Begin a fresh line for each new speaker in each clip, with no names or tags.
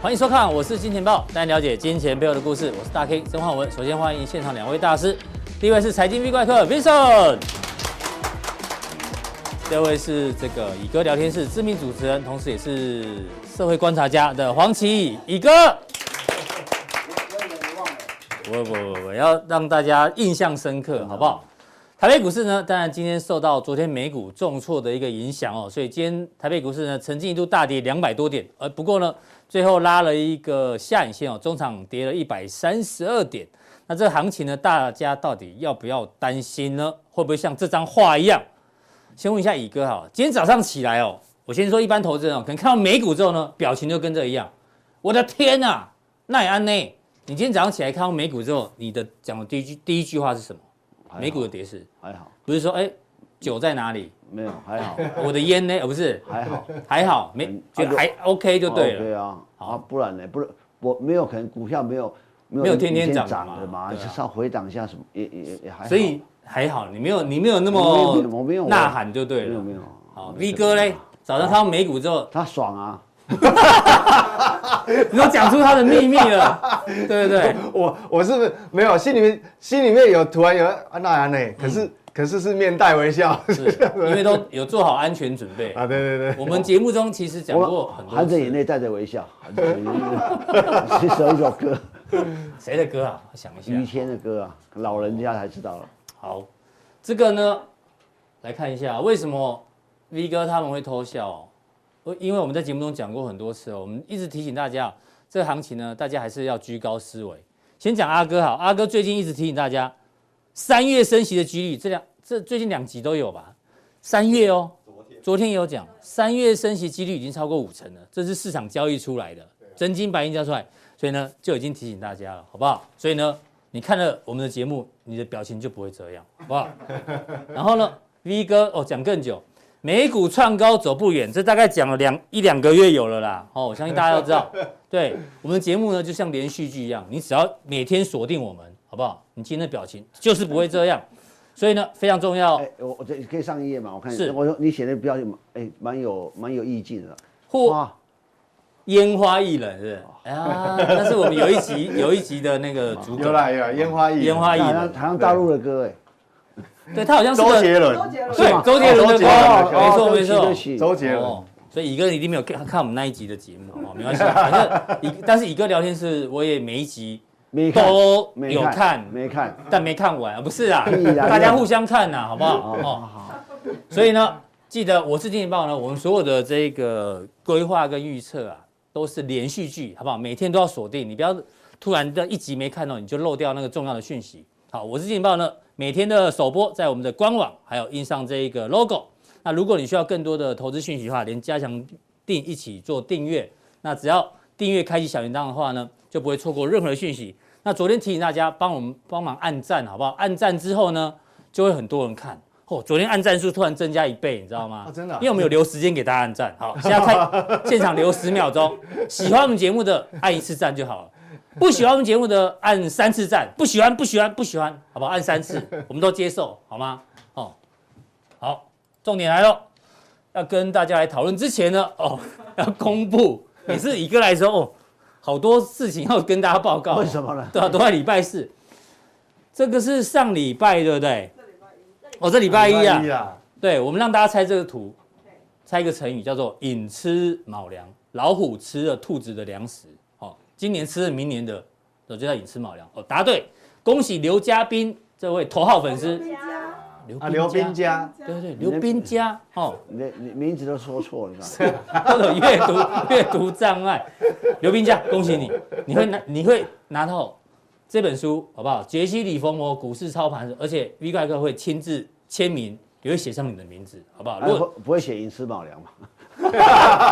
欢迎收看，我是金钱豹，带您了解金钱背后的故事。我是大 K 曾焕文。首先欢迎现场两位大师，第一位是财经 V 怪客 Vincent，第二位是这个乙哥聊天室知名主持人，同时也是社会观察家的黄奇乙乙哥。不不不，我要让大家印象深刻，好不好？台北股市呢，当然今天受到昨天美股重挫的一个影响哦，所以今天台北股市呢曾经一度大跌两百多点，而不过呢最后拉了一个下影线哦，中场跌了一百三十二点。那这个行情呢，大家到底要不要担心呢？会不会像这张画一样？先问一下乙哥哈，今天早上起来哦，我先说一般投资人哦，可能看到美股之后呢，表情就跟这一样，我的天呐、啊，奈安呢？你今天早上起来看到美股之后，你的讲的第一句第一句话是什么？
还好
美股的跌势。
还好，
不是说哎、酒在哪里，
没有 还好，
我的烟呢？哦，不是，
还好，
还好没
嗯，
就
啊就
还 OK 就对了。
对啊，啊，不然呢？不是我没有，可能股票没有
没
没
有天天
一
涨嘛
涨的嘛，
对啊
就稍回档一下什么也也也还好。
所以还好，你没有你没有那
我没有
么
我没有
呐喊就对
没有
了。
没有，
好
没
，V
事
哥嘞，早上看到美股之后，
他爽啊！
你都讲出他的秘密 了，对不对？
我我是不是没有心里面心里面有突然有啊那样
嗯
呢？可是、可是是面带微笑
是因为都有做好安全准 备。
啊，对对对，
我们节目中其实讲过
我
很多
含着
次
眼泪带着微笑，含着眼泪去首一 首歌，
谁的歌啊？我想一下，
于谦的歌啊，老人家才知道了。
好，这个呢，来看一下为什么 V 哥他们会偷笑、哦。我因为我们在节目中讲过很多次、哦，我们一直提醒大家，这个行情呢，大家还是要居高思维。先讲阿哥好，阿哥最近一直提醒大家，三月升息的几率，这两这最近两集都有吧？三月哦，昨天也有讲，三月升息几率已经超过五成了，这是市场交易出来的，真金白银交出来，所以呢就已经提醒大家了，好不好？所以呢，你看了我们的节目，你的表情就不会这样，好不 好？然后呢，V 哥哦讲更久，美股创高走不远，这大概讲了两一两个月有了啦，哦，我相信大家都知道， 对我们的节目呢就像连续剧一样，你只要每天锁定我们，好不好？你今天的表情就是不会这样，所以呢非常重要。
哎，我我这可以上一页嘛？我看
是
我说你写的标题嘛，哎，蛮有蛮有意境的。
或
哇，
烟花易冷是不是？啊，那是我们有一集有一集的那个主
有
梗，
啦有啦，烟花艺
嗯烟花
好
易
像
冷，
好像大陆的歌哎。
对他好像是
周杰
个
伦，
对周杰伦的
周杰
歌，啊
伦的歌
没错没
对不起
错
对不，起
周杰伦，
哦，所以乙哥一定没有看看我们那一集的节目哦，没关系，反正乙但是乙哥聊天室我也每一集
没看，
都
没
有看，
没看。
但没看完，啊不是 啊
必，然的
大家互相看呐，好不好？哦，
好，
所以呢，记得我是金钱豹呢，我们所有的这个规划跟预测啊，都是连续剧，好不好？每天都要锁定，你不要突然的一集没看到，你就漏掉那个重要的讯息。好，我是金钱豹呢，每天的首播在我们的官网还有印上这一个 logo。那如果你需要更多的投资讯息的话，连加强订一起做订阅。那只要订阅开启小铃铛的话呢，就不会错过任何的讯息。那昨天提醒大家帮我们帮忙按赞好不好？按赞之后呢，就会很多人看。哦，昨天按赞数突然增加一倍，你知道吗？
啊真的啊
因为我们有留时间给大家按赞。好，现在看现场留十秒钟，喜欢我们节目的按一次赞就 好了。不喜欢我们节目的按三次赞，不喜欢不喜欢不喜欢，好不好？按三次，我们都接受，好吗？哦，好，重点来了，要跟大家来讨论之前呢，哦， 要公布，也是一个来说哦，好多事情要跟大家报告。
为什么呢？
对啊，都在礼拜四。这个是上礼拜，对不对？哦，这礼拜一啊，
啊，
对，我们让大家猜这个图，猜一个成语叫做“寅吃卯粮”，老虎吃了兔子的粮食，哦，今年吃了明年的，哦，就叫寅吃卯粮。哦，答对，恭喜刘嘉宾这位头号粉丝，刘
啊刘
嘉
冰，家，
对对，刘斌佳，哦，
你的你名字都说 错了，你知道吗？
他有阅读 阅读障碍。刘冰佳，恭喜你，你会拿你会拿到这本书，好不好？杰西·里佛摩股市操盘，而且 V 怪客会亲自签名，也会写上你的名字，好不好？
哎
如
不
果
不会写寅吃卯粮嘛？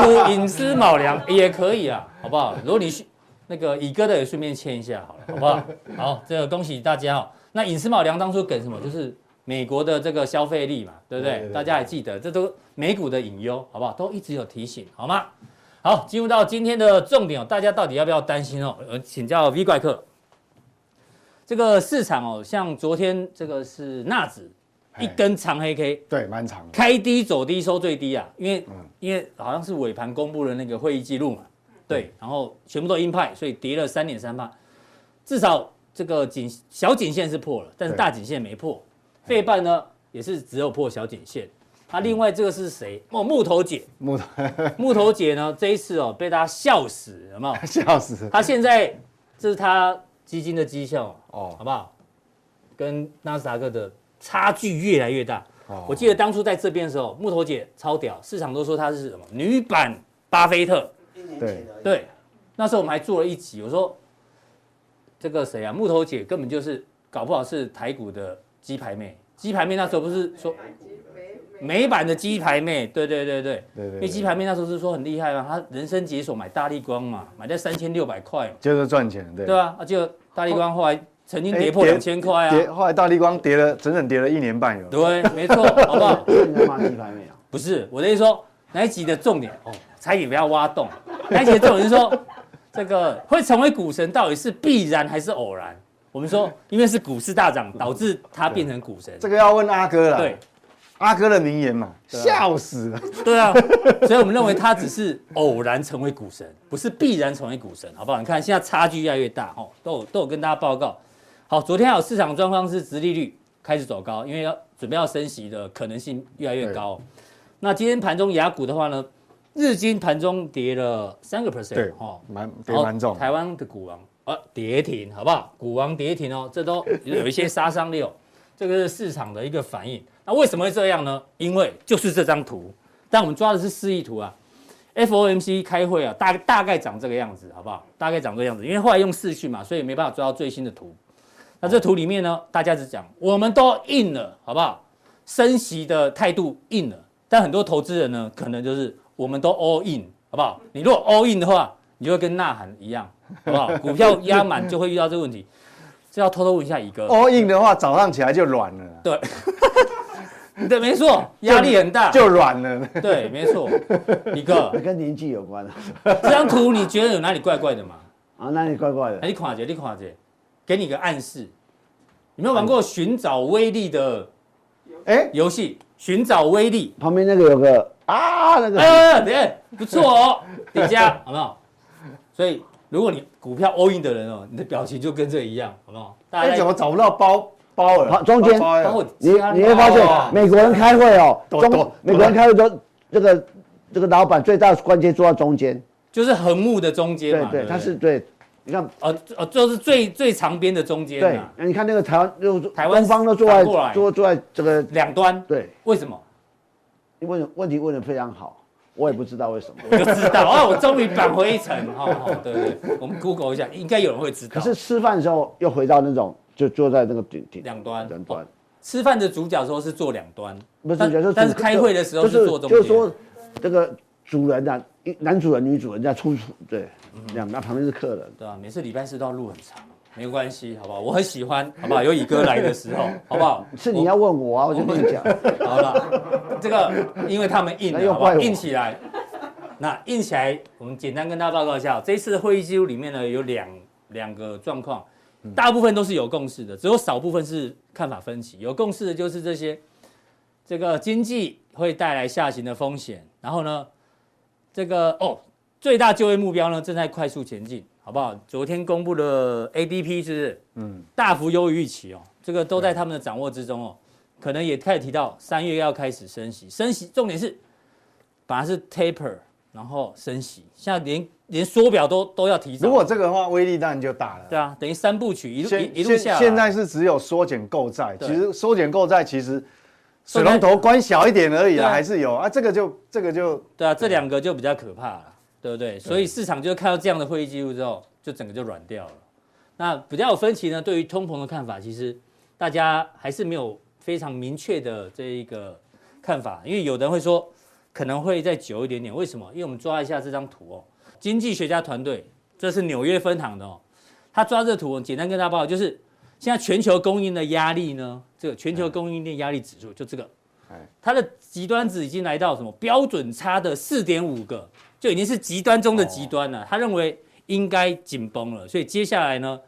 读隐私卯粮也可以啊，好不好？如果你去那个乙哥的也顺便签一下好了，好不好？好，这个恭喜大家哦。那隐私卯粮当初梗什么？就是美国的这个消费力嘛，对不对？
对对对
大家还记得，这都美股的隐忧，好不好？都一直有提醒，好吗？好，进入到今天的重点哦，大家到底要不要担心哦？呃，请教 V 怪客，这个市场哦，像昨天这个是纳指一根长黑 K，
哎对，蛮长的，嗯
开低走低收最低啊，因为、因为好像是尾盘公布了那个会议记录嘛，对，然后全部都鹰派，所以跌了三点三帕，至少这个颈小颈线是破了，但是
对
大颈线没破。费半呢也是只有破小颈线。啊，另外这个是谁？哦，木头姐，
嗯木头
木头姐呢这一次哦被大家笑死，有没有？
笑死，
她现在这是她基金的绩效哦
哦，
好不好？跟纳斯达克的差距越来越大。
哦
我记得当初在这边的时候，木头姐超屌，市场都说她是什么女版巴菲特。
一年
对
前而已。
对，那时候我们还做了一集，我说这个谁啊，木头姐根本就是搞不好是台股的鸡排妹。鸡排妹那时候不是说美版的鸡排妹，对对对对，
对对
因为鸡
对，
排妹那时候是说很厉害嘛，她人生解锁买大力光嘛，买在三千六百块，
就是赚钱，对
对吧、啊？结果大力光后来曾经跌破
哎跌
两千块
跌
啊，
后来大力光跌了，整整跌了一年半有。
对，没 错，好不好？
你在骂鸡排妹 啊？
不是我的意思说，哪一集的重点哦，差点不要挖洞。哪一集的重点是说，这个会成为股神到底是必然还是偶然？我们说，因为是股市大涨导致他变成股神，
这个要啊问阿哥了，
对，
阿哥的名言嘛，
对啊
笑死了。
对啊，所以我们认为他只是偶然成为股神，不是必然成为股神，好不好？你看现在差距越来越大哦，都有都有跟大家报告。好，昨天还有市场状况是殖利率开始走高，因为要准备要升息的可能性越来越高。那今天盘中雅股的话呢，日经盘中跌了三个 percent，
对嗯
哦，
蛮跌
然后
蛮重，
台湾的股王啊，跌停，好不好？股王跌停哦，这都有一些杀伤力哦。这个是市场的一个反应。那为什么会这样呢？因为就是这张图，但我们抓的是示意图啊。FOMC 开会啊，大大概长这个样子，好不好？大概长这个样子，因为后来用视讯嘛，所以没办法抓到最新的图。那这图里面呢，大家只讲我们都硬了，好不好？升息的态度硬了，但很多投资人呢，可能就是我们都 all in，好不好？你如果 all in 的话，你就会跟呐喊一样，好不 好？股票压满就会遇到这个问题，这要偷偷问一下乙哥，
all in 的话，早上起来就软了啦，
对，没错，压力很大，
就软了。
对，没错，乙哥
这，跟年纪有关啊。
这张图你觉得有哪里怪怪的吗？
啊，那你怪怪的
哎，。你看一下，你看一下，给你个暗示，有没有玩过寻找威力的
哎，
游戏？寻找威力，
旁边那个有个啊，那个
哎，等一下不错 哦，底下好不好？所以如果你股票 all in 的人哦，你的表情就跟这一样，好不好？大
哎，
家
怎
在
么找不到包包
好
了？
啊中间
包
包
了
括
你
其他
哎你
的
会发
哦
现美国人开会哦，
躲躲
中
躲
美国人开会都这个这个老板最大的关键坐在中间，
就是横木的中间
对
嘛，
对，
不
他是对，你看
哦哦，就是最最长边的中间
对
啊，，
那你看那个台湾就
台湾
东方都坐在
反过来
坐坐在这个
两端，
对，
为什么？
你问问题问的非常好，我也不知道为什么。
我就知 道啊，我终于返回一层，好好，对对，我们 Google 一下，应该有人会知
可
道。
是吃饭的时候又回到那种就坐在那个顶顶
两端哦
两端，
吃饭的主角说是坐两端，
不是
但
就是
但是开会的时候
就是
坐中间，
就是说这个主人啊，一男主人女主人在冲突，对，
嗯
两那旁边是客人。
对啊，每次礼拜四都要录很长，没关系，好不好？我很喜欢，好不好？有乙哥来的时候，好不好？
是你要问我啊，我就跟你讲，
我 好了，这个因为他们硬
那又
了，好不好？
怪我
硬起来，那硬起来，我们简单跟大家报告一下，这一次的会议记录里面呢有两两个状况，
嗯
大部分都是有共识的，只有少部分是看法分歧。有共识的就是这些，这个经济会带来下行的风险，然后呢，这个哦，最大就业目标呢正在快速前进，好不好？昨天公布的 ADP 是不是？嗯，大幅优于预期哦，这个都在他们的掌握之中哦。可能也开始提到三月要开始升息，升息重点是本来是 taper，然后升息，现在连连缩表都都要提早。
如果这个的话，威力当然就大了。
对啊，等于三部曲一路
现
一一路下
现
来。
现在是只有缩减购债，
对
其实缩减购债其实
缩
水
债
龙头关小一点而已
对啊
啊，还是有啊。这个就这个就
对啊，这两个就比较可怕了，对不对？所以市场就看到这样的会议记录之后，就整个就软掉了。那比较有分歧呢，对于通膨的看法，其实大家还是没有非常明确的这一个看法，因为有的人会说可能会再久一点点，为什么？因为我们抓一下这张图哦，经济学家团队，这是纽约分行的哦，他抓这图，我简单跟大家报告，就是现在全球供应的压力呢，这个全球供应链压力指数就这个
哎，
它的极端值已经来到什么标准差的四点五个，就已经是极端中的极端了。他认为应该紧绷了，所以接下来呢，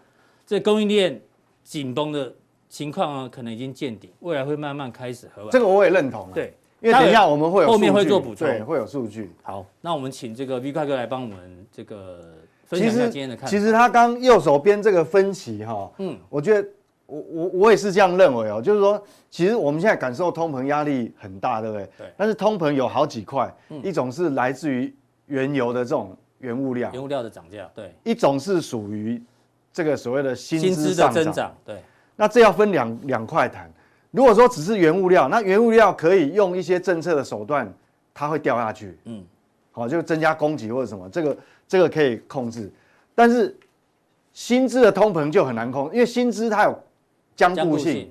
这供应链紧绷的情况呢，可能已经见顶，未来会慢慢开始和缓。
这个我也认同啊。
对，
因为等一下我们会有
后面
数
会
据
做补充
对，会有数据。
好，那我们请这个 V 快哥来帮我们这个分享
其
一下
实
今天的看法。
其实他刚右手边这个分歧哈，
嗯
嗯，我觉得我我我也是这样认为哦，就是说，其实我们现在感受通膨压力很大，对不对？
对嗯
但是通膨有好几块，一种是来自于原油的这种原物料，
原物料的涨价，对，
一种是属于这个所谓的薪
薪
资
资的
上
增
涨。
长，对，
那这要分两两块谈。如果说只是原物料，那原物料可以用一些政策的手段，它会掉下去，
嗯，
好、就增加供给或者什么，这个这个可以控制。但是薪资的通膨就很难控，因为薪资它有僵
加
固
固
性，
性，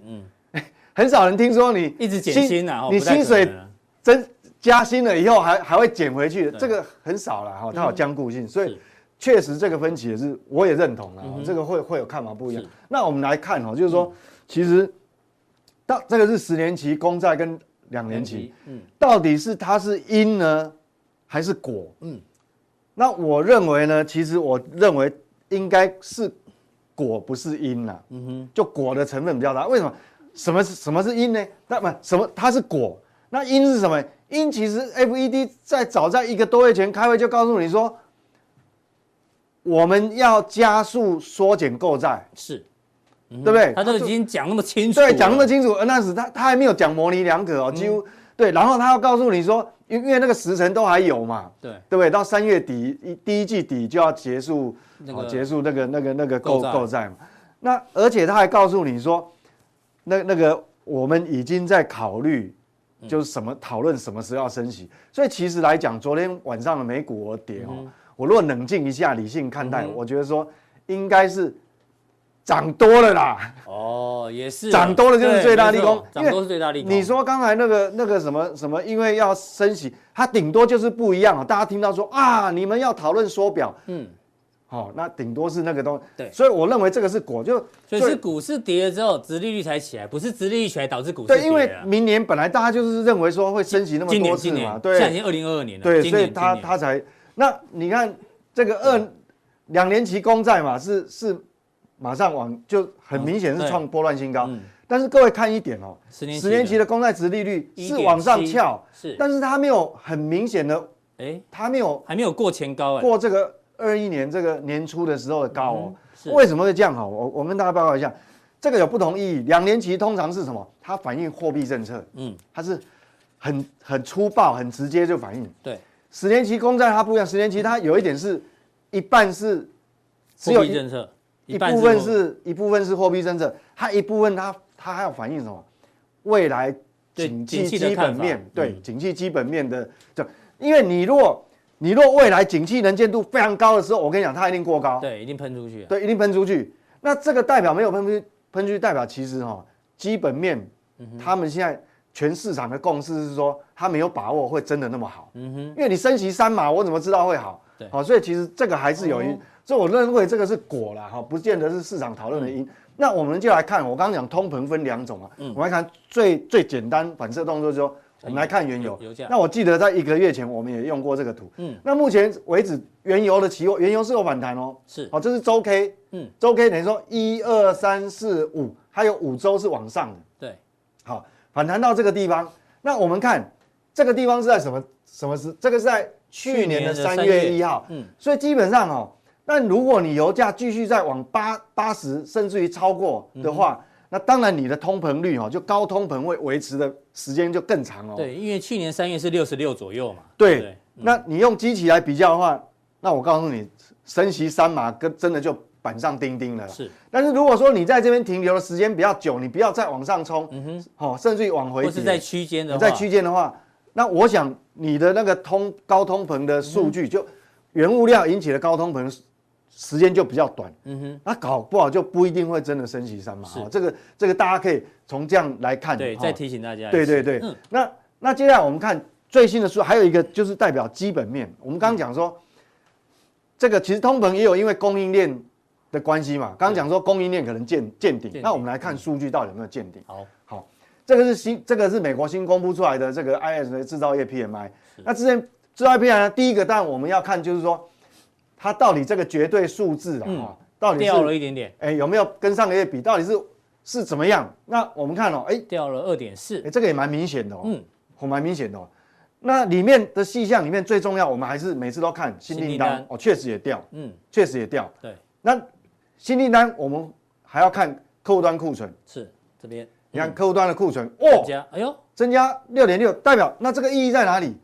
嗯，
很少人听说你
一直减薪啊，哦
你
不太可
薪水
能啊
增加薪了以后还还会减回去，
对
这个很少了哈、它有僵固性，所以
是
确实这个分歧也是我也认同了、哦这个会会有看法不一样
是。
那我们来看哦，就是说，其实到这个是十年期公债跟两年期，，
嗯，
到底是它是因呢还是果？
嗯
嗯，那我认为呢，其实我认为应该是果不是因啦、嗯哼，就果的成分比较大。为什么？什么是什么是因呢？那不什么它是果，那因是什么？因其实 FED 在早在一个多月前开会就告诉你说，我们要加速缩减购债，
是，
对不对？
嗯他都已经讲那么清楚了，
对，讲那么清楚，呃那是他他还没有讲模棱两
嗯
可哦，几乎、对。然后他要告诉你说，因因为那个时辰都还有嘛，
对，
对不对？到三月底一第一季底就要结束，
那
哦
个
结束那个那个那个
购
购
债
购债嘛。那而且他还告诉你说，那那个我们已经在考虑，
嗯
就是什么讨论什么时候要升息。所以其实来讲，昨天晚上的美股我跌哦，
嗯
我若冷静一下，理性看待，我觉得说应该是涨多了啦。
哦，也是
涨多了就是最大利空
对没错，涨
因为
多是最大利空。
你说刚才那个那个什么什么，因为要升息，它顶多就是不一样啊。大家听到说啊，你们要讨论缩表，
嗯，
好、那顶多是那个东西。
对
所以我认为这个是果，就
所以是股市跌了之后，殖利率才起来，不是殖利率起来导致股市跌
对，
啊。
因为明年本来大家就是认为说会升息那么
今
多
年
次
今
嘛，
年现在已
对
经二零二二年了，
对，
今
所以
年
他
今年
他才那你看这个二两年期公债嘛，是是马上往就很明显
对
是创波段新高，
嗯
但是各位看一点哦，
十年
十年期
的
的公债值利率是
1.7
往上翘，
是，
但是它没有很明显的，
哎
它没有
还没有过前高哎，
过这个二一年这个年初的时候的高哦。
是
为什么会这样哈？我我跟大家报告一下，这个有不同意义。两年期通常是什么？它反映货币政策，
嗯
嗯，它是很很粗暴、很直接就反映。
对，
十年期公债它不一样，十年期它有一点是一半是只
货
有
币
一
政策
一
半
部分
货
是一部分是货币政策，它一部分它它还要反映什么？未来
对
景
景
气
气的
基
看
本
法
面，对
嗯
景气基本面的这，因为你若你若未来景气能见度非常高的时候，我跟你讲，它一定过高，
对，一定喷出去啊，
对，一定喷出去。那这个代表没有喷出去，喷出去代表其实哈、基本面，
嗯
他们现在全市场的共识是说，他没有把握会真的那么好。
嗯哼，
因为你升息三码，我怎么知道会好？
对
好、所以其实这个还是有因，所以我认为这个是果啦，哈、不见得是市场讨论的
嗯
因。那我们就来看，我刚刚讲通膨分两种嘛，啊我们来看最最简单反射动作就是说，我们来看原油
哎油油价
那我记得在一个月前我们也用过这个图，
嗯
嗯，那目前为止原油的期货，原油是有反弹哦，
是
好、这是周 K，
嗯
嗯，周 K 等于说一二三四五，还有五周是往上的，
对，
好，反弹到这个地方，那我们看这个地方是在什么什么时？这个是在去年的
去年的
三
3月
月一号，
嗯
所以基本上哦，那如果你油价继续再往八八十甚至于超过的话，那当然你的通膨率哦，就高通膨会维持的时间就更长哦。
对，因为去年三月是六十六左右嘛，
对
不对，嗯
那你用机器来比较的话，那我告诉你，升息三码跟真的就板上钉钉了。
是，
但是如果说你在这边停留的时间比较久，你不要再往上冲，嗯哼，哦，甚至于往回
或
跌，
是在区间的话，
你在区间的话，那我想你的那个通高通膨的数
嗯
据，就原物料引起的高通膨时间就比较短，嗯哼，那搞不好就不一定会真的升息三嘛。
是
哦这个这个大家可以从这样来看，
对，
哦
再提醒大家一次，
对对对，
嗯
那那接下来我们看最新的数，还有一个就是代表基本面。我们刚刚讲说，这个其实通膨也有因为供应链的关系嘛。刚刚讲说供应链可能见见顶
见，顶
那我们来看数据到底有没有见顶。
好，
好，这个是新，这个是美国新公布出来的这个 IS 的制造业 PMI。那之前制造业 PMI 呢第一个，当然我们要看就是说，它到底这个绝对数字啊，哈到底
嗯
是
掉了一点点，
哎有没有跟上个月比，到底是是怎么样？那我们看哦，哎
掉了二点四
哎，，这个也蛮明显的哦。
嗯
嗯，我蛮明显的、哦。那里面的细项里面最重要，我们还是每次都看新
新
订
订
单
单
哦，确实也掉，
嗯，
确实也掉。
对，
那新订单我们还要看客户端库存，
是这边
你看客户端的库存
嗯增
哦，
加，哎呦，
增加六点六，代表那这个意义在哪里？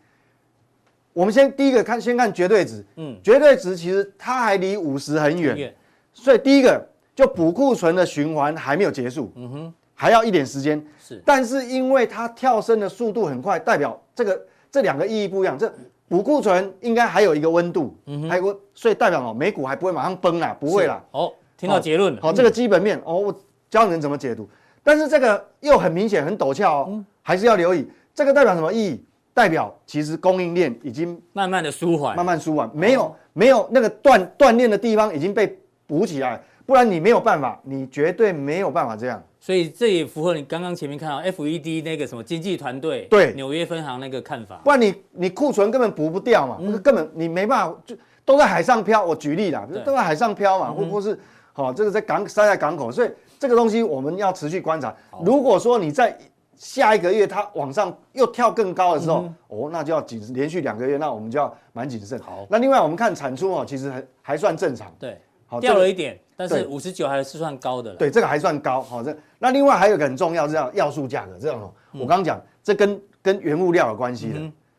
我们先第一个看，先看绝对值，
嗯，
绝对值其实它还离五十很远，
月
所以第一个就补库存的循环还没有结束，嗯哼，还要一点时间。
是
但是因为它跳升的速度很快，代表这个这两个意义不一样。这补库存应该还有一个温度，嗯、还有个所以代表哦，美股还不会马上崩啦，不会啦。。
是哦，听到结论了，
好，这个基本面哦，我教你们怎么解读。但是这个又很明显很陡峭哦，
嗯
还是要留意。这个代表什么意义？代表其实供应链已经
慢慢的舒缓，
慢慢输完，没有没有那个锻锻炼的地方已经被补起来，不然你没有办法，你绝对没有办法这样。
所以这也符合你刚刚前面看到 FED 那个什么经济团队
对
纽约分行那个看法，
不然你你库存根本补不掉嘛，根本你没办法，就都在海上漂。我举例啦
嗯对，嗯
都在海上漂嘛，或或是好、这个在港塞在港口，所以这个东西我们要持续观察。如果说你在下一个月它往上又跳更高的时候，
嗯
哦，那就要谨连续两个月，那我们就要蛮谨慎。
好
那另外我们看产出哦，其实还还算正常，
对，
好
掉
这个
了一点，但是
对
五十九还是算高的了，
对，这个还算高，好、这那另外还有一个很重要，这样要素价格，这样哦，我刚刚讲，这跟跟原物料有关系的。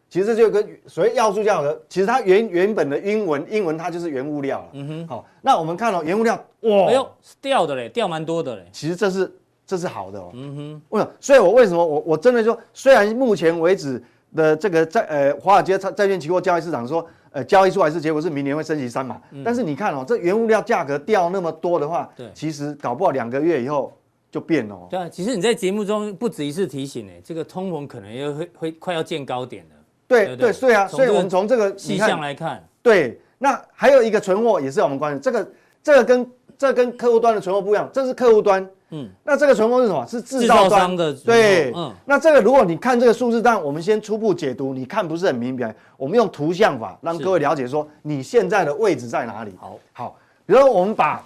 其实这就跟所谓要素价格，其实它原原本的英文，英文它就是原物料了。嗯哼，好、那我们看到、原物料，哇，
哎呦，是掉的嘞，掉蛮多的嘞，
其实这是这是好的哦。嗯哼，为什么？所以我为什么我我真的说，虽然目前为止的这个债呃华尔街债债券期货交易市场说呃交易出来是结果是明年会升息三码，但是你看哦，这原物料价格掉那么多的话，
对
其实搞不好两个月以后就变了哦。
对啊，其实你在节目中不止一次提醒哎，这个通膨可能又会会快要见高点了，
对
对
对
对
所以啊，
从
所以
这个
我们从这个
细
你看
项来看，
对，那还有一个存货也是我们关注，这个这个跟这跟客户端的存货不一样，这是客户端，
嗯
嗯，那这个存货是什么？是制
制
造
造
端
商的存货
对，
嗯
那这个如果你看这个数字，但我们先初步解读，你看不是很明白，我们用图像法让
是
各位了解说你现在的位置在哪里。
好，
好，比如说我们把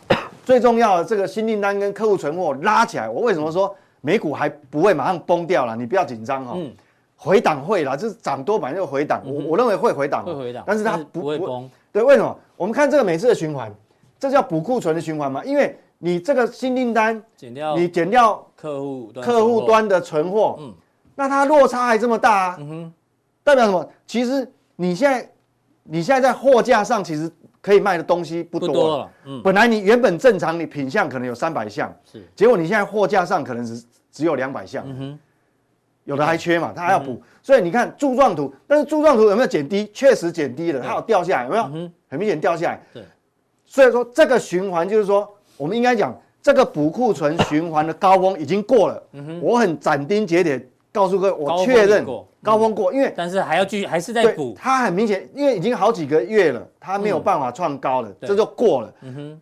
最重要的这个新订单跟客户存货拉起来，我为什么说美股还不会马上崩掉了？你不要紧张哦。
嗯
回档会啦，就是涨多反正就回档，我我认为会回档哦，
会回档，
但是它
不会崩，
对，为什么？我们看这个每次的循环，这叫补库存的循环嘛？因为你这个新订单，
减掉
你减掉
客户端
客户
存货
端的存货，
嗯
那它落差还这么大啊，代表什么？其实你现在你现在在货架上其实可以卖的东西不
不
多
多
了
了，嗯，
本来你原本正常你品相可能有三百项，
是嗯
结果你现在货架上可能只只有两百项，有的还缺嘛，它还要补。所以你看柱状图，但是柱状图有没有减低？确实减低了，它有掉下来，有没有？很明显掉下来。
嗯对，
所以说这个循环就是说，我们应该讲这个补库存循环的高峰已经过了。我很斩钉截铁告诉各
嗯
位，
高
我
峰
确
已
认
过
高峰过，因为
但是还要继续，还是在
对，
补，
它很明显，因为已经好几个月了，它没有办法创高
嗯
了，这就过了。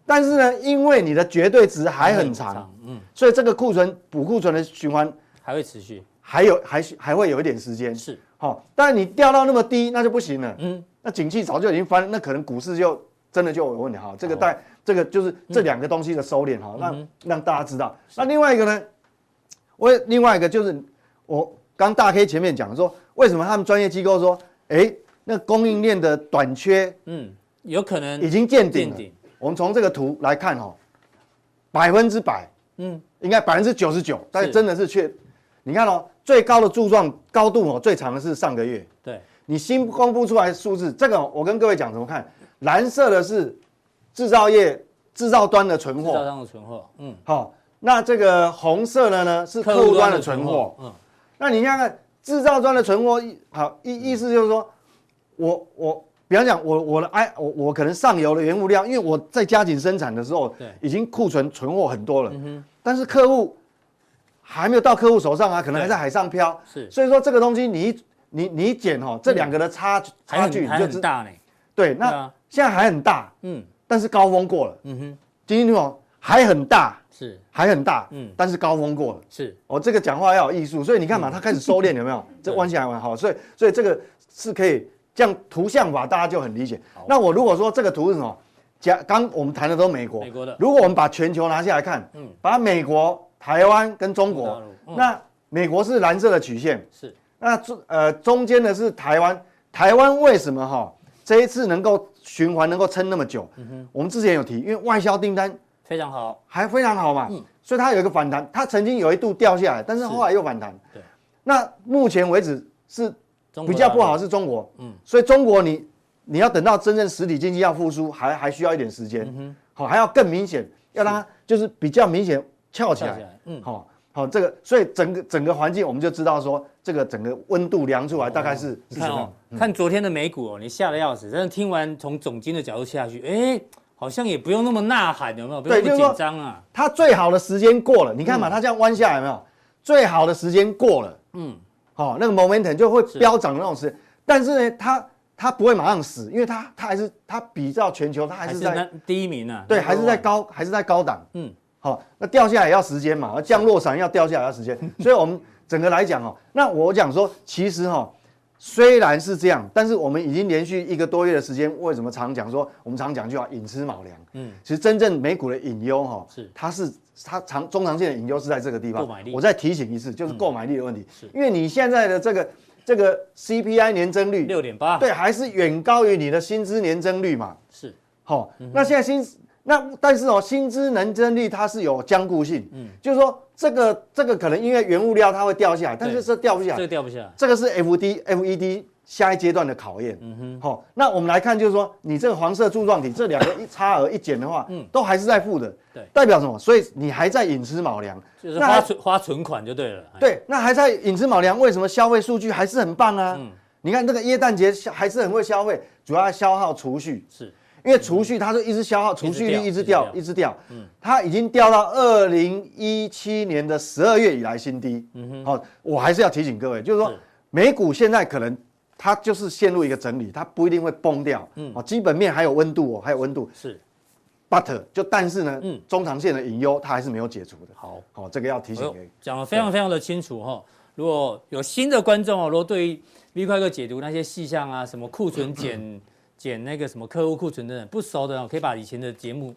但是呢，因为你的绝对值还很长，，
嗯，
所以这个库存补库存的循环
还会持续，
还有还是还会有一点时间。
是
好、但你掉到那么低，那就不行了。
嗯
嗯，那景气早就已经翻了，那可能股市就真的就有问题。哈，这个带、这个就是
嗯
这两个东西的收敛哈，让、让大家知道。那另外一个呢，我也另外一个就是我刚大 K 前面讲说，为什么他们专业机构说，哎、那供应链的短缺
嗯，有可能
已经见顶
见
了
顶。
我们从这个图来看哈、百分之百，
嗯
嗯，应该百分之九十九，但
是
真的是确，你看哦，最高的柱状高度哦，最长的是上个月，
对，
你新公布出来的数字，这个哦我跟各位讲怎么看，蓝色的是制造业制造端的存
制造
货，
商的存货，嗯，
好、那这个红色的呢是客户端的存货，，
嗯，
那你看看制造端的存货，意好
嗯
意意思就是说，我我比方讲我我的哎我我可能上游的原物料，因为我在加紧生产的时候，
对嗯
已经库存存货很多了，但是客户还没有到客户手上啊，可能还在海上漂，
是
所以说这个东西你一你你一减哦，这两个的差距
还
差距
很
你
还
就
很
知
大呢，
对，那
对啊
现在还很大，
嗯
但是高峰过了，
嗯哼，
听清楚哦，还很大，
是
还很大，
嗯
但是高峰过了。
是，
哦，这个讲话要有艺术，所以你看
嗯
嘛，他开始收敛，有没有？这弯下来蛮好，所以所以这个是可以这样图像法，大家就很理解。那我如果说这个图是什么？假刚我们谈的都是美国，
美国的
如果我们把全球拿下来看，
嗯
把美国、台湾跟中国
中国大陆，嗯
那美国是蓝色的曲线，
是
那中呃中间的是台湾，台湾为什么哈这一次能够循环能够撑那么久？
嗯
我们之前有提，因为外销订单
非常好，
还非常好嘛，
嗯
所以它有一个反弹，它曾经有一度掉下来，但是后来又反弹。
对，
那目前为止是
中国
比较不
大
好
陆
是中国，
嗯
所以中国你你要等到真正实体经济要复苏，还还需要一点时
嗯
间，好，还要更明显，要让它就是比较明显翘起
跳起
来，
来，嗯，
好好这个，所以整个整个环境我们就知道说这个整个温度量出来大概是是嗯
你
什
看
么
哦？，看昨天的美股哦，你吓得要死。但是听完从总经的角度下去，哎，好像也不用那么呐喊，有没有？不用
对
那么
就是说
紧张啊。
它最好的时间过了，你看嘛，它这样弯下来有没有？最好的时间过了，
嗯
嗯，好、那个 momentum 就会飙涨的那种时间，但是呢，它它不会马上死，因为它它还是它比照全球，它还
还
是
是
在
那第一名啊，
对，
number
还是在
one，
高还是在高档，
嗯
嗯，好、那掉下来也要时间嘛，而降落伞要掉下来要时 间，所以我们整个来讲哦，那我讲说，其实哈、哦，虽然是这样，但是我们已经连续一个多月的时间，为什么常讲说，我们常讲就要寅吃卯粮，
嗯
嗯，其实真正美股的隐忧哈，
是
它是它长中长线的隐忧是在这个地方，
购买力嗯
我再提醒一次，就是购买力的问题，因为你现在的这个这个 CPI 年增率，
六点八，
对，还是远高于你的薪资年增率嘛。
是
好、那现在薪那但是哦，薪资能增率它是有僵固性，嗯，就是说这个这个可能因为原物料它会掉下来，但是
对
这掉不下
这
来，
个掉不下，
这个是 F D F E D 下一阶段的考验。嗯哼，好、那我们来看，就是说你这个黄色柱状体这两个一差额一减的话，嗯，都还是在负的，
对
代表什么？所以你还在寅吃卯粮，
就是
那
花
还
存花存款就对了。哎，
对，那还在寅吃卯粮，为什么消费数据还是很棒啊？
嗯
你看这个耶诞节消还是很会消费，主要消耗储蓄，
是
因为储蓄它就一直消耗，储蓄率
一
一
直
直
掉嗯
掉，一直掉，它已经掉到二零一七年的十二月以来新低。好，我还是要提醒各位，就是说
嗯是
美股现在可能它就是陷入一个整理，它不一定会崩掉。
嗯
哦，基本面还有温度哦，还有温度。
是，
But 就但是呢
嗯，
中长线的隐忧它还是没有解除的。
好。
好，这个要提
哎
醒
呦
各位。
讲得非常非常的清楚哈、如果有新的观众哦，如果对于 V 快哥解读那些细项啊，什么库存 减减那个什么客户库存等等不熟的、哦，可以把以前的节目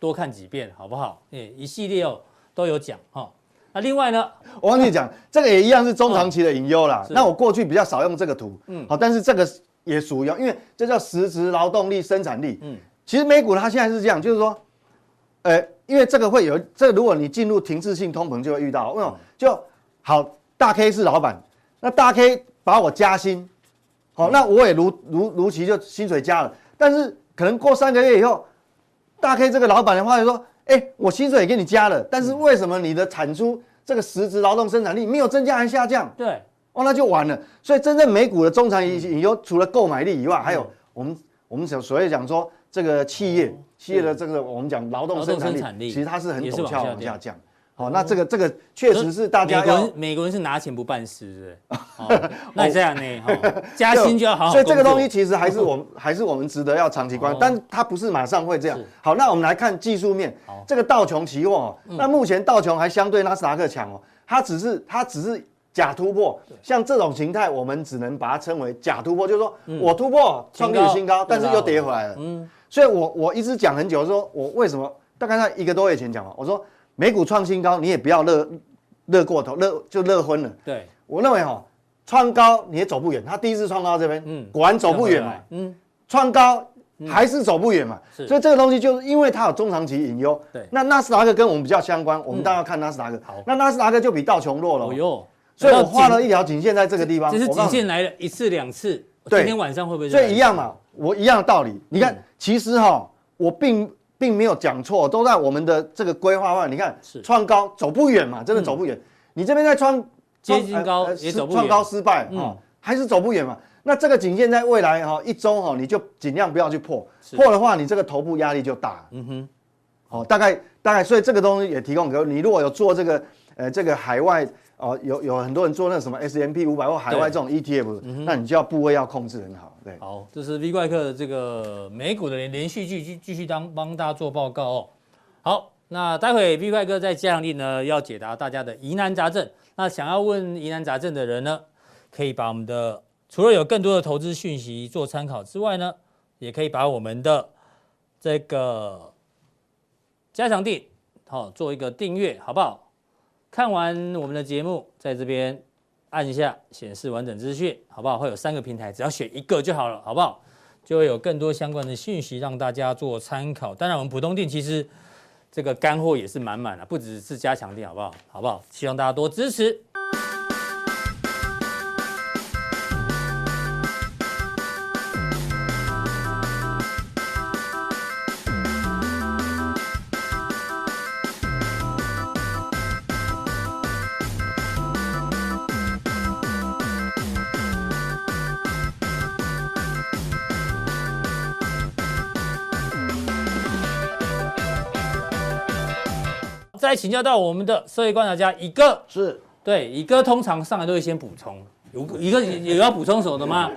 多看几遍，好不好？哎，一系列哦都有讲哈、那另外呢，
我忘记讲，这个也一样是中长期的隐忧啦。
嗯是
那我过去比较少用这个图，嗯，好，但是这个也属于，因为这叫实质劳动力生产力。
嗯
嗯，其实美股它现在是这样，就是说，呃，因为这个会有，这个如果你进入停滞性通膨就会遇到，为什
嗯
么？就好，大 K 是老板，那大 K 把我加薪，好，
嗯
那我也如如如期就薪水加了，但是可能过三个月以后，大 K 这个老板的话就说，哎、我薪水也给你加了，但
嗯
是为什么你的产出这个实质劳动生产力没有增加还下降？
对，
哦，那就完了。所以真正美股的中长
嗯
期隐忧，除了购买力以外，还有我们我们所所谓讲说这个企业企业的这个我们讲劳动
哦劳动
生产
生产力
力，其实它是很
也是
陡
往下
峭往
掉
下降。好，那这个这个确实是大家
美国
要
人。美国人是拿钱不办事，对不 对？哦、那这样呢，哦、加薪就要好好
所以这个
工作哦
东西其实还是我们 还是我们值得要长期关注，但它不是马上会这样
是。
好，那我们来看技术面，这个道琼期货哦，
嗯
那目前道琼还相对纳斯达克强哦，它只是它只是假突破，像这种形态我们只能把它称为假突破，就是说我突破创历史
嗯新
新
高
高，但是
对啊
又跌回来了。嗯，所以我我一直讲很久，说我为什么大概在一个多月前讲嘛，我说美股创新高，你也不要乐乐过头，乐就乐昏了。
对，
我认为哈、创高你也走不远，他第一次创高这边，
嗯
果然走不远嘛，
嗯，
创高还是走不远嘛，
是
所以这个东西就是因为它有中长期隐忧，
对嗯
那纳斯达克跟我们比较相关，我们当然要看纳斯达克，
好
那纳斯达克就比道琼弱了
哦
哦，
哟，
所以
那
我画
紧
了一条颈线在这个地方，
这是
我告
极
诉你
限来了一次两次，今
对
天晚上会不会？
所以一样嘛，，我一样的道理。你看，
嗯
其实哈，我并并没有讲错，都在我们的这个规划外。你看
是，嗯
创高走不远嘛，真的走不远。你这边在创
接近高也
失
走不远
创高失败
嗯
哈，还是走不远嘛。那这个颈线在未来哈一周哈，你就尽量不要去破，
是
破的话你这个头部压力就大。
嗯哼。
哦，大概大概，所以这个东西也提供给你。如果有做这个呃这个海外哦，有有很多人做那个什么 S M P 五百或海外这种 E T F，那
嗯
你就要部位要控制很好，对。
好，这是 V 怪客的这个美股的连连续剧，继继续当帮大家做报告哦。好，那待会 V 怪哥在嘉阳力呢要解答大家的疑难杂症。那想要问疑难杂症的人呢，可以把我们的除了有更多的投资讯息做参考之外呢，也可以把我们的这个加强定好、做一个订阅，好不好？看完我们的节目，在这边按一下显示完整资讯，好不好？会有三个平台，只要选一个就好了，好不好？就会有更多相关的讯息让大家做参考。当然，我们浦东店其实这个干货也是满满的，不只是加强店，好不好？好不好？希望大家多支持。再请教到我们的社会观察家一个，
是
对一个通常上来都会先补充，有一个有要补充什么的 吗？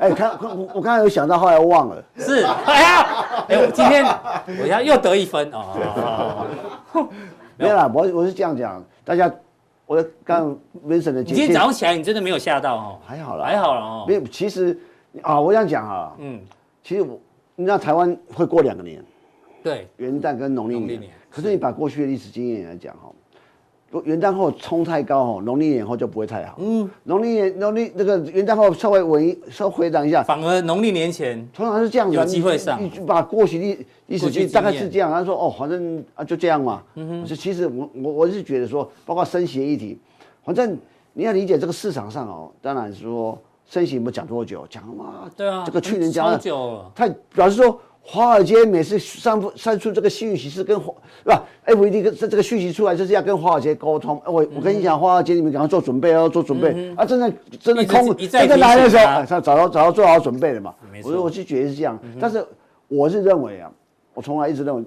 哎，看看我我刚才有想到，后来忘了。
是，哎呀，哎，我今天我要又得一分哦好好好好。
没有啦，我我是这样讲，大家，我刚 Vincent 的
你
解
今天
释
早上起来，你真的没有吓到哦？
还好啦，
还好了哦
没。有，其实啊，我想讲啊，
嗯，
其实我你知道台湾会过两个年，
对，
元旦跟农历
农历
年。
年
可是你把过去的历史经验来讲哈，如果元旦后冲太高哦，农历年后就不会太好。嗯，农历年农历那个元旦后稍微稳一稍微回档 一下，
反而农历年前
通常是这样子啊，
有机会上
你你把过去历历史
过去经验
记大概是这样。他说哦，反正啊就这样嘛。嗯哼，其实我我我是觉得说，包括升息议题，反正你要理解这个市场上哦，当然是说升息我们讲多久，讲嘛，
对啊
这个去年讲
超
了
久了
他表示说。华尔街每次散布散出这个讯息是跟华是吧？FED 跟这这个讯息出来就是要跟华尔街沟通。哎我我跟你讲，华尔街你们赶快做准备哦，做准备、啊！真的真的
嗯一直
空
一再
真的
提
来的
醒
时候，
他
哎他早早早做好准备了嘛。
没
我
错嗯
说我是觉得是这样，但是我是认为啊，我从来一直认为，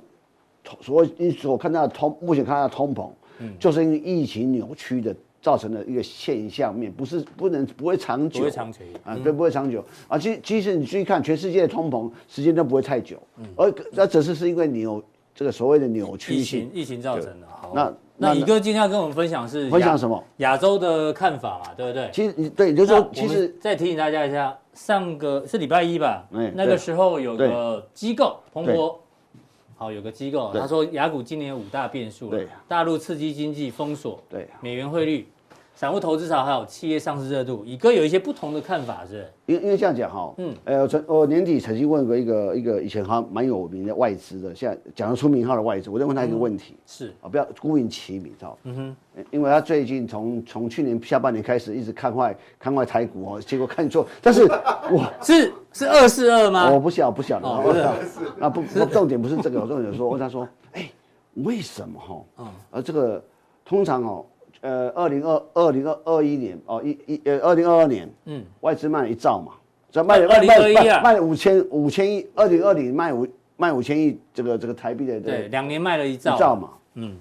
通所以所看到的通目前看到的通膨，
嗯
就是因为疫情扭曲的造成的一个现象面，不是不能不会长久，
不会长久
啊，对，不会长久啊。其其实你去看全世界的通膨时间都不会太久，
嗯
而那只是是因为扭这个所谓的扭曲
疫
性
情，疫情造成的。好
那
那
那
乙哥今天要跟我们分享是
分享
亚
什么？
亚洲的看法嘛，对不对？
其实你对，就是说
那
其
我
实
们再提醒大家一下，上个是礼拜一吧，
哎
那个
对
时候有个机构，彭
对
博，好有个机构，
对
他说雅股今年有五大变数了
对
大陆刺激经济封锁，
对啊
美元汇率，散户投资潮，还有企业上市热度，乙哥有一些不同的看法是
因为因为这样讲哈，
嗯
嗯，呃，我曾我年底曾经问过一个一个以前还蛮有名的外资的，现在讲得出名号的外资，我就问他一
嗯
个问题，
是是
啊、不要孤影其名，知道嗯哼，因为他最近从从去年下半年开始一直看坏看坏台股哦，结果看错，但是我
是是二四二
我
吗？
不晓不晓得，
哦
我 啊不不，重点不是这个，我重点说，我问他说，哎，为什么哈？
哦
呃，这个通常哦，呃，二零二二零二二一年哦，一一呃二零二二年，嗯，外资卖了一兆嘛，只要卖了卖
2021啊
卖卖了五千五千亿，二零二零卖五卖五千亿这个这个台币的
对，
对
两年卖了一
一
兆，
兆嘛，嗯。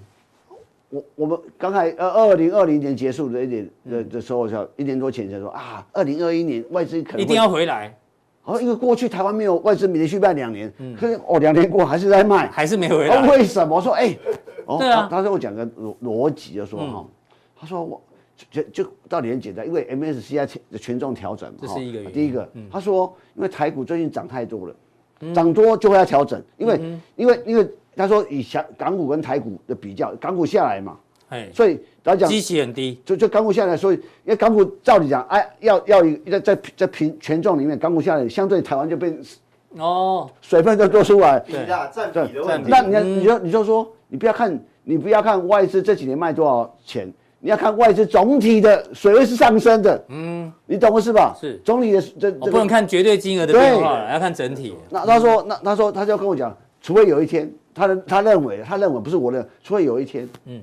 我我们刚才呃二零二零年结束的一点
嗯
的的时候，叫一年多前才说啊，二零二一年外资可能
一
会
定要回来，
好，因为过去台湾没有外资连续卖两年，可是哦，两年过还是在卖，
嗯还是没回
啊
来，
为什么？我说哎、哦，
对啊嗯
他他跟我讲个逻逻辑，就说哈、他说我就就就道理很简单，因为 MSCI 的权重调整嘛，
这
哈
是一个原因嗯
第一个，他说因为台股最近涨太多了，涨多就会要调整，
嗯
因为、因为因为他说以香港股跟台股的比较，港股下来嘛，
哎，
所以他讲
基期很低，
就就港股下来，所以因为港股照理讲，哎，要要一在在在平权重里面，港股下来，相对台湾就变
哦，
水分就多出来。
对嗯
比啊，占比的问题。
那你要你就你就说，你不要看你不要看外资这几年卖多少钱，你要看外资总体的水位是上升的。嗯，你懂我是吧？
是
总体的这
我
这
哦不能
个。
看绝对金额的变化了，要看整体，
那他说那他说他就跟我讲，除非有一天，他的他认为他认为不是我认为，除非有一天，嗯，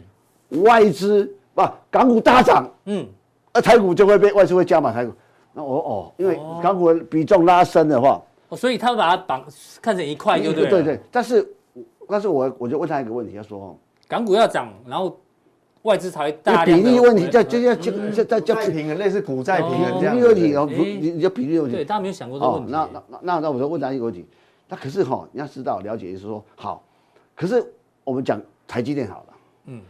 外资把港股大涨，
嗯。
那啊台股就会被外资会加码台股。那我说哦，因为港股的比重拉升的话，
哦，所以他们把它绑看成一块就对了。
对对，但是但是我我就问他一个问题，他说哦，
港股要涨，然后外资才会
这个
大量
比
地
例问题，
回
这这要这这这
叫
这
平衡，类似股债平衡
比
这样
例
子。
问题哦，
哎
不你你就比例问
对，
题。
大家没有想过这个
哦
问，题。
那那那那那我就问他一个问题，那可是哈，你要知道了解就是说好，可是我们讲台积电好了，嗯，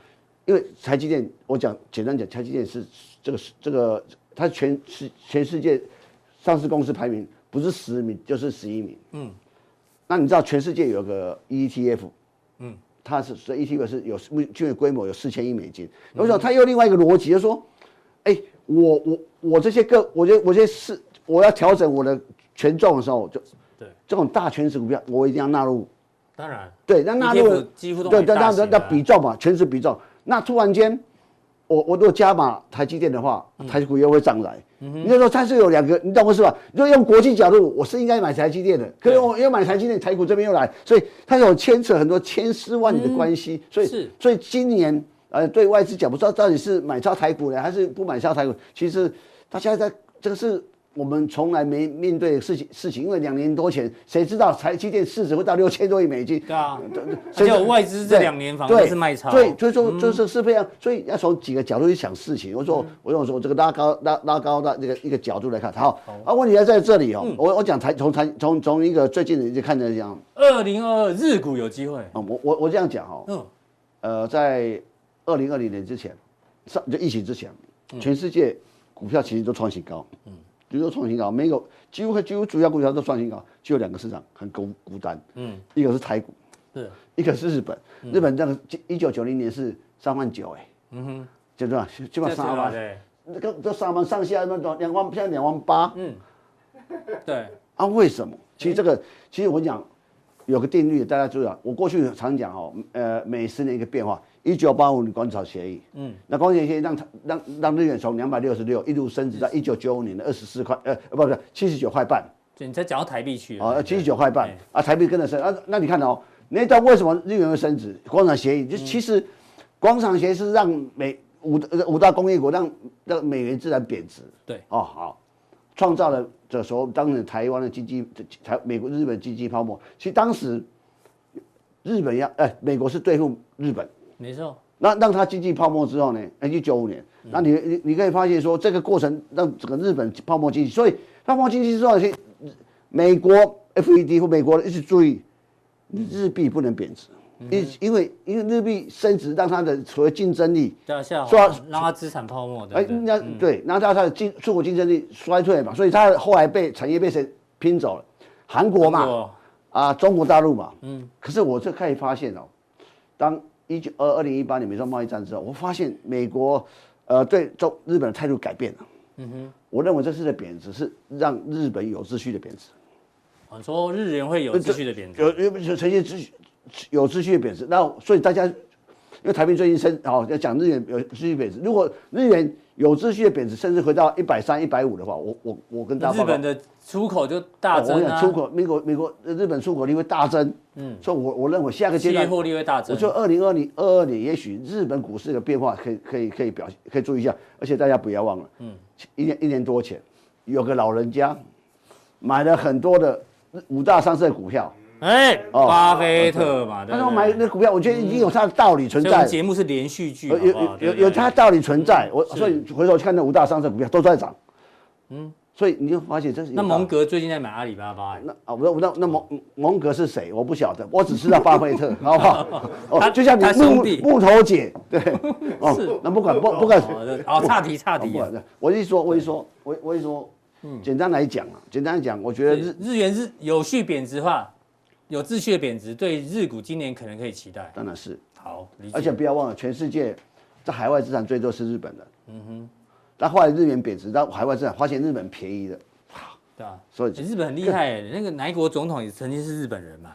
因为台积电我讲简单讲，台积电是这个这个它全世全世界上市公司排名不是十名就是十一名，嗯，那你知道全世界有个 ETF，它
嗯
是
嗯
所以 ETF 是有目，去年规模有四千亿美金。有时候它又另外一个逻辑，就是说，哎、我我我这些个，我觉得我这些是我要调整我的权重的时候，就
对
这种大权值股票，我一定要纳入。
当然，
对，那纳入
ETF 几乎都
对，
买大
那那
型
那
的
那
啊
比重嘛，全是比重。那突然间，我我如果加码台积电的话，
嗯
台积股又会涨来。你就说它是有两个，你懂我意思吧？你说用国际角度，我是应该买台积电的，可是
对
我又买台积电，台股这边又来，所以它有牵扯很多千丝万缕的关系。所以
嗯是
所以今年呃，对外资讲不知道到底是买超台股呢，还是不买超台股，其实他现在在这个是。我们从来没面对的事情事情，因为两年多前，谁知道台积电市值会到六千多亿美金？
对啊， 而
所以
且外资这
对
两年房
对
都是卖超，嗯
所以所以说就是是非常，所以要从几个角度去想事情。我说我用说这个拉高拉拉高的这个一个角度来看，好，啊，问题还在这里
嗯
哦。我我讲台从台从从一个最近的一个看的讲，
二零二二日股有机会，
啊，我我我这样讲哦，
嗯，
呃，在二零二零年之前，上就疫情之前，全世界股票其实都创新高，嗯，都创新高，每个几乎几乎主要股票都创新高，只有两个市场很孤孤单，嗯，一个是台股，
是
一个是日本，日本那个一九九零年是三万九，哎，嗯哼，就这样，基本上三万，
对
那个都三万上下那么多，两万现在两万八，
对，
啊，为什么？其实这个，其实我讲有个定律，大家注意啊。我过去常讲哦，呃，每十年一个变化。一九八五年广场协议，嗯，那广场协议让它让让日元从两百六十六一路升值
嗯
到一九九五年的二十四块，呃，不是七十九块半，
就你才讲到台币去了，
啊，七十九块半
对
啊，台币跟着升啊。那你看哦，那道为什么日元会升值？广场协议
嗯
就其实，广场协议是让美五呃五大工业国让让美元自然贬值。
对，
哦，好，创造了这时候当时台湾的经济台美国日本经济泡沫。其实当时日本要哎、美国是对付日本，
没错，
那让它经济泡沫之后呢，哎一九九五年，那你你你可以发现说，这个过程让整个日本泡沫经济，所以泡沫经济之后，其实美国 FED 或美国人一直注意，日币不能贬值，因因为因为日币升值，让它的所谓竞争力
对啊，下滑
说
让它资产泡沫，
哎
对，嗯不对？
那对，那它它的竞出口竞争力衰退嘛，所以它后来被产业被谁拼走了？韩国
韩
嘛，
国
啊，中国大陆嘛，嗯。可是我这可以发现哦，当一九二二零一八年美中贸易战之后，我发现美国呃对中日本的态度改变了。嗯哼，我认为这次的贬值是让日本有秩序的贬值。
哦你说日元会有秩序的贬值，
有有有呈现秩序有秩序的贬值。那所以大家，因为台币最近升，好、要讲日元有秩序贬值。如果日元有秩序的贬值，甚至回到一百三、一百五的话，我我我跟大家
日
报告哦
本的出口就大
我
增
想
啊，
出口美国美国日本出口率会大增。嗯，所以我我认为下个阶
企业
段。
获利会大
我
增，
说二零二零二二年，也许日本股市的变化可以可以可以表现，可以注意一下。而且大家不要忘了，嗯，一年一年多前，有个老人家买了很多的五大上市的股票，
哎，
哦
巴菲特嘛，对
他
不
说
对？
买那股票，我觉得已经有它的道理存
所以我
在
们，节目是连续剧，
有
好不
有
好对
有
不对嗯
有它的道理存在。我所以回头去看那五大上市股票都在涨，嗯，所以你就发现这是有
那
道理
蒙格最近在买阿里巴巴，哎
那啊，我那那蒙蒙格是谁？我不晓得，我只知道巴 菲特，好不好？
他
哦，就像你
他兄弟
木木头姐，对，哦，那不管不不管
哦，这哦，差题差
不
题啊，嗯
管，我一说我一说我我一说，简单来讲啊，简单来讲，我觉得
日
日
日元是有序贬值化，有秩序的贬值，对日股今年可能可以期待。
当然是
好，理
而
解。
且不要忘了，全世界在海外资产最多是日本的。嗯哼。但后来日元贬值，到海外资产发现日本便宜的，
对啊，
所以
欸日本很厉害欸，那个哪一国总统也曾经是日本人嘛？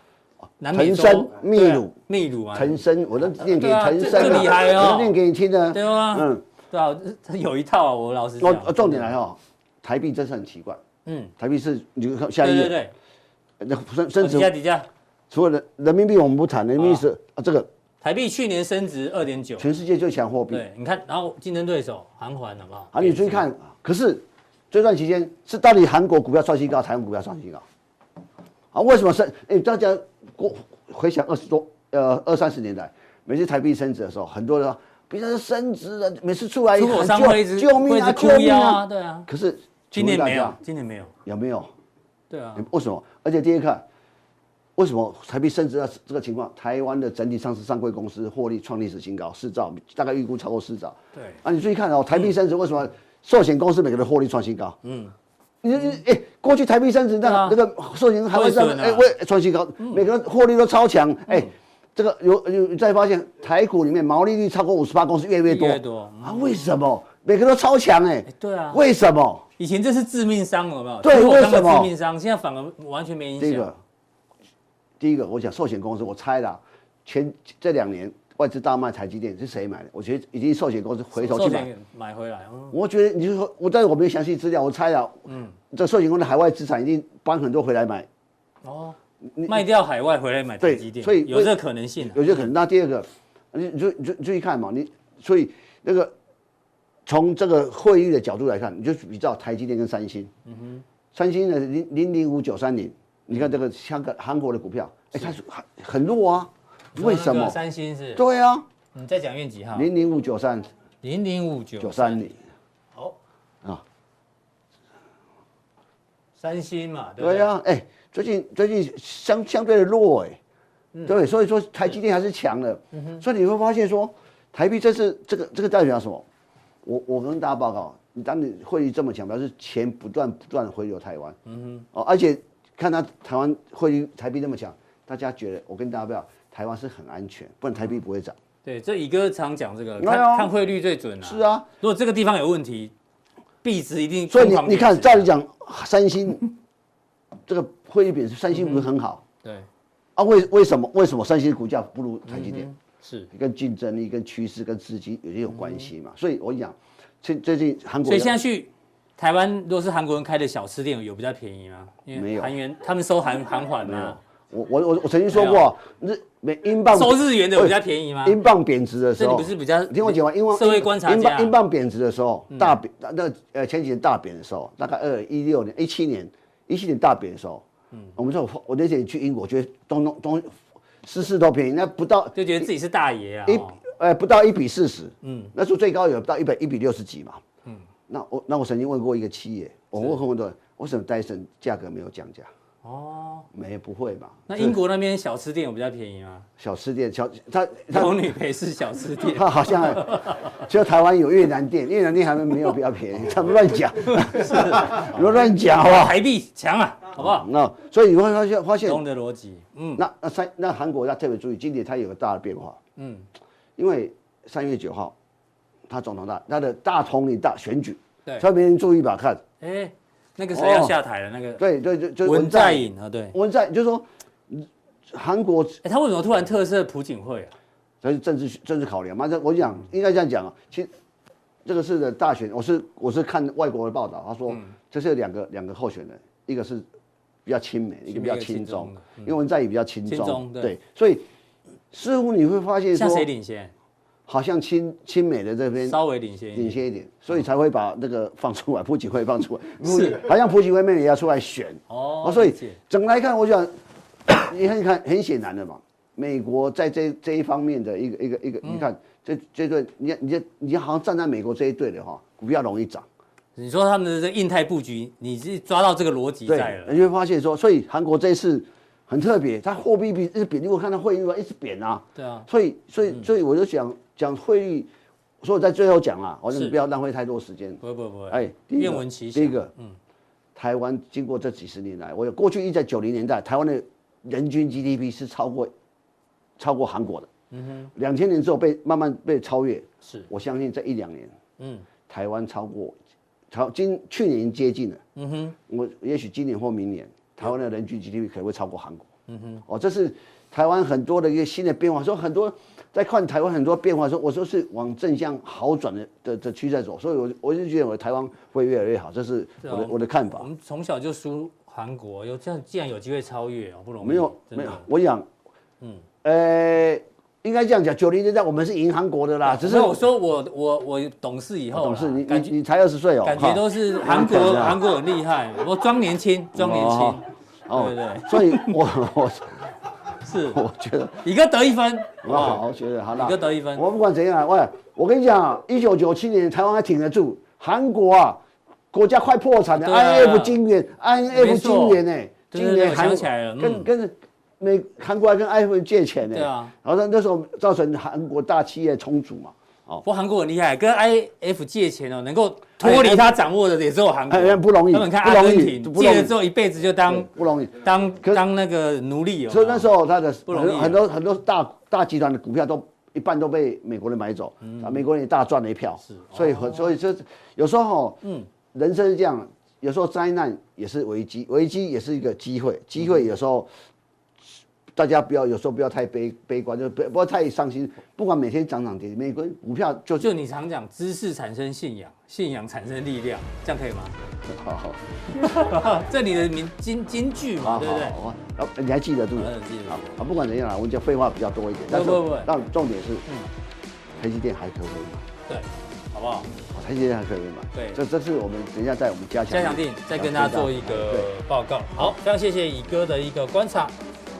南美
藤
洲
生、秘
对啊
鲁、
秘鲁啊，
藤生，我都念给
对啊
藤生
这这厉害哦
我都念给你听的。
对啊
嗯，
对啊， 这有一套啊，我老实
我
讲
我。重点来哦，台币真是很奇怪。
嗯，
台币是你看下
对
一
对
页，
对，
那升
哦
升
底下
值，
底下，
除了人人民币我们不谈，人民币是啊，这个
台币去年升值二点九，
全世界最强货币。
对，你看，然后竞争对手韩环好不好？
啊，你注意看，可是这段期间是到底韩国股票创新高，台湾股票创新高？啊，为什么升？哎、大家过回想二十多呃二三十年来，每次台币升值的时候，很多人说比如说升值了，每次出来
出口
喊
商
救
会一直
救
会
命
一
啊
直
救
哭
命
腰啊，
啊！
对啊，
可是
今年
请问大
没
家
有，今年没有，
有没有？
对啊，
为什么？而且第一看，为什么台币升值到这个情况？台湾的整体上市上柜公司获利创历史新高，四兆，大概预估超过四兆。
对嗯
啊，你注意看哦，台币升值为什么寿险公司每个人获利创新高？嗯。你你哎，过去台币升值，
对啊
那那个寿险还会
亏损
上
啊嗯
哎，为创新高，每个人获利都超强哎。这个有有再发现，台股里面毛利率超过五十八，公司越来越多。
越来越多
啊？为什么？每个都超强哎、
哎对啊，
为什么？
以前这是致命伤，有没有？
对
就是我当个
为什么
致命伤，现在反而完全没影
第
响。
一个，第一个，我讲寿险公司，我猜啦，前这两年外资大卖台积电是谁买的？我觉得已经寿险公司回头
寿
去
险
买。
也买回来，嗯
我觉得你就说，我但是我没有详细资料，我猜啦，嗯，这寿险公司的海外资产一定搬很多回来买，
哦，卖掉海外回来买台
对
积电，
所以
有这个可能性啊。
有些可能。那第二个，你你就你就你注意看嘛，你所以那个从这个汇率的角度来看，你就比较台积电跟三星。嗯哼，三星呢零零零五九三零，你看这个香港韩国的股票，哎、它是很很弱啊，
你说
为
那
什
个
么？
三星是？
对啊，
你再讲院几号？
零零五九三
零零五九
九三零。
好，
啊，
三星嘛，对不
对
对？
啊，哎、最近最近相相对的弱哎、对，所以说台积电还是强的，所以你会发现说，台币这次这个这个代表什么？我我跟大家报告，你当你汇率这么强，表示钱不断不断地回流台湾，嗯哼，哦，而且看到台湾汇率台币那么强，大家觉得我跟大家报告，台湾是很安全，不然台币不会涨。
对，这乙哥常讲这个，
对啊
看看汇率最准啊。
是啊，
如果这个地方有问题，币值一定
所以
疯
你
狂
你
贬
看，
值
照理讲，三星这个汇率贬值，三星不是很好、
对
啊？为为什么为什么三星股价不如台积电？
是，
跟竞争力、跟趋势、跟资金有些有关系嘛。所以我讲，最最近韩国
所以
的
现在去台湾，如果是韩国人开的小吃店，有比较便宜吗？因
没
为
有
韩元他们收韩韩环
没有
嘛，，
我我我我曾经说过，日美英镑
收日元的有比较便宜吗？
英镑贬值的时
这你
候，
不是比较
听我讲完，因为
社会观察
英
家嗯
镑英镑贬值的时候，大贬那那呃前几年大贬的时候，大概二一六年、一七年、一七年大贬的时候，嗯，我们说我我那天去英国，觉得东东东事事都便宜，那不到
就觉得自己是大爷啊。
一
哦
呃不到一比四十，嗯，那时候最高有到一百一比六十几嘛，嗯，那我那我曾经问过一个企业，我问很多人，为什么戴森价格没有降价？
哦，
没不会嘛？
那
是
英国那边小吃店有比较便宜吗？
小吃店小他 他
童女陪侍小吃 店，
他好像只有台湾有越南店，越南店还没有比较便宜，他们 乱讲， 不要乱讲好不好？
台币强 啊，好不好？
那所以你会发现发现
懂的逻辑，嗯，
那那三那韩国要特别注意，今年它有个大的变化，嗯，因为三月九号，他总统大他的大统领大选举，
对
所以没人注意吧？看，
哎，那个谁要下台了？那个
哦对对对，就
文在，寅啊，对，
文在寅就是说，嗯韩国
哎，他为什么突然特色朴槿惠啊？
这是政治政治考量嘛？这我讲应该这样讲啊，其实这个是的大选，我是我是看外国的报道，他说
嗯
这是有两个两个候选人，一个是比较亲美，一个比较
亲美
亲
一个亲中嗯
中，因为文在寅比较亲
亲中
中，
对
对，所以似乎你会发现
像
说
谁。领先？
好像亲亲美的这边
稍微嗯领先一
领
点。
先一点，所以才会把那个放出来，普警会 放出来，
是
好像普警会妹妹也要出来选
哦
啊，所
理
以
解
整个来看，我想 你看看很显然的嘛，美国在这这一方面的一个一个一
嗯
个，你看这这对，你看你这你好像站在美国这一队的哈，股票容易涨，
你说他们的这个印太布局，你是抓到这个逻辑
对
在，了
你。会发现说，所以韩国这一次很特别，它货币比日比，如果看到汇率啊，一直贬啊，
对啊，
所以所以所以我就讲讲汇率，所以我在最后讲啊，我就是不要浪费太多时间。
不会不会不会。
哎，第一个
愿闻其详。
第一个，嗯，台湾经过这几十年来，我有过去一直在九零年代，台湾的人均 GDP 是超过超过韩国的，嗯哼，两千年之后被慢慢被超越，
是，
我相信这一两年，
嗯，
台湾超过，超今去年已经接近了，嗯哼，我也许今年或明
嗯
年，台湾的人均 GDP 可能会超过韩国，嗯哼，哦，这是台湾很多的一个新的变化，说很多在看台湾很多变化，说我说是往正向好转的的的趋势在走，所以我我就觉得我台湾会越来越好，这是我
对啊
的、我的看
我
法，
们从小就输韩国，有这样既然有机会超越，哦，不容易。
没有
真
没
的
有，我想，嗯，呃，应该这样讲，九零年代我们是银行国的啦，只是
啊
哦
没有我说我我我懂事以后
董
啦，
事你
感觉
你你才二十岁哦，
感觉
哈
都是韩国
你看一下
韩国很厉害，我装年轻装年轻
哦，哦
对对对，
所以我 我
是
我觉得。
一个得一分，好不
我好
好？
好学的，好啦
你各得一分
我不管怎样啊，喂，我跟你讲啊，一九九七年台湾还挺得住，韩国啊，国家快破产了
对啊
，IMF 金元
没
，IMF
错
金元呢，
对对
今
对
年
我
韩
想
国
起来了嗯
跟跟美韩国还跟 IMF 借钱呢，
对啊，
然后那那时候造成韩国大企业重组嘛，哦
不，过韩国很厉害，跟 IF 借钱哦，能够脱离他掌握的也只有韩国
哎哎哎，不容易
他们看
不
阿
容易
根廷
不
借
容易
了之后一辈子就
对
当
不容易。
当
可
当那个奴隶哦。
所以那时候他的
不容易啊
很多很多大大集团的股票都一半都被美国人买走，
嗯
啊，美国人也大赚了一票。
哦
是，所以很所以这有时候哈，嗯，人生是这样，有时候灾难也是危机，危机也是一个机
嗯
会，机会有时候。大家不要，有时候不要太悲悲观，就不不要太伤心。不管每天涨涨跌跌，美国股票就
就你常讲，知识产生信仰，信仰产生力量，这样可以吗？
好好，
这你的名金金句嘛，
好
对
好
不对？
好，啊，你还记得住？
我还记得
好啊，不管怎样啦，我们讲废话比较多一点，但是
不不嗯不
但重点是，台积电还可不可以买？
对，好不好？
哦台积电还可以买。
对
这这是我们等一下在我们加强
加强定再跟大家做一个报告。好，非常谢谢乙哥的一个观察。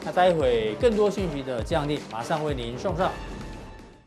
那待会更多讯息的加强定马上为您送上。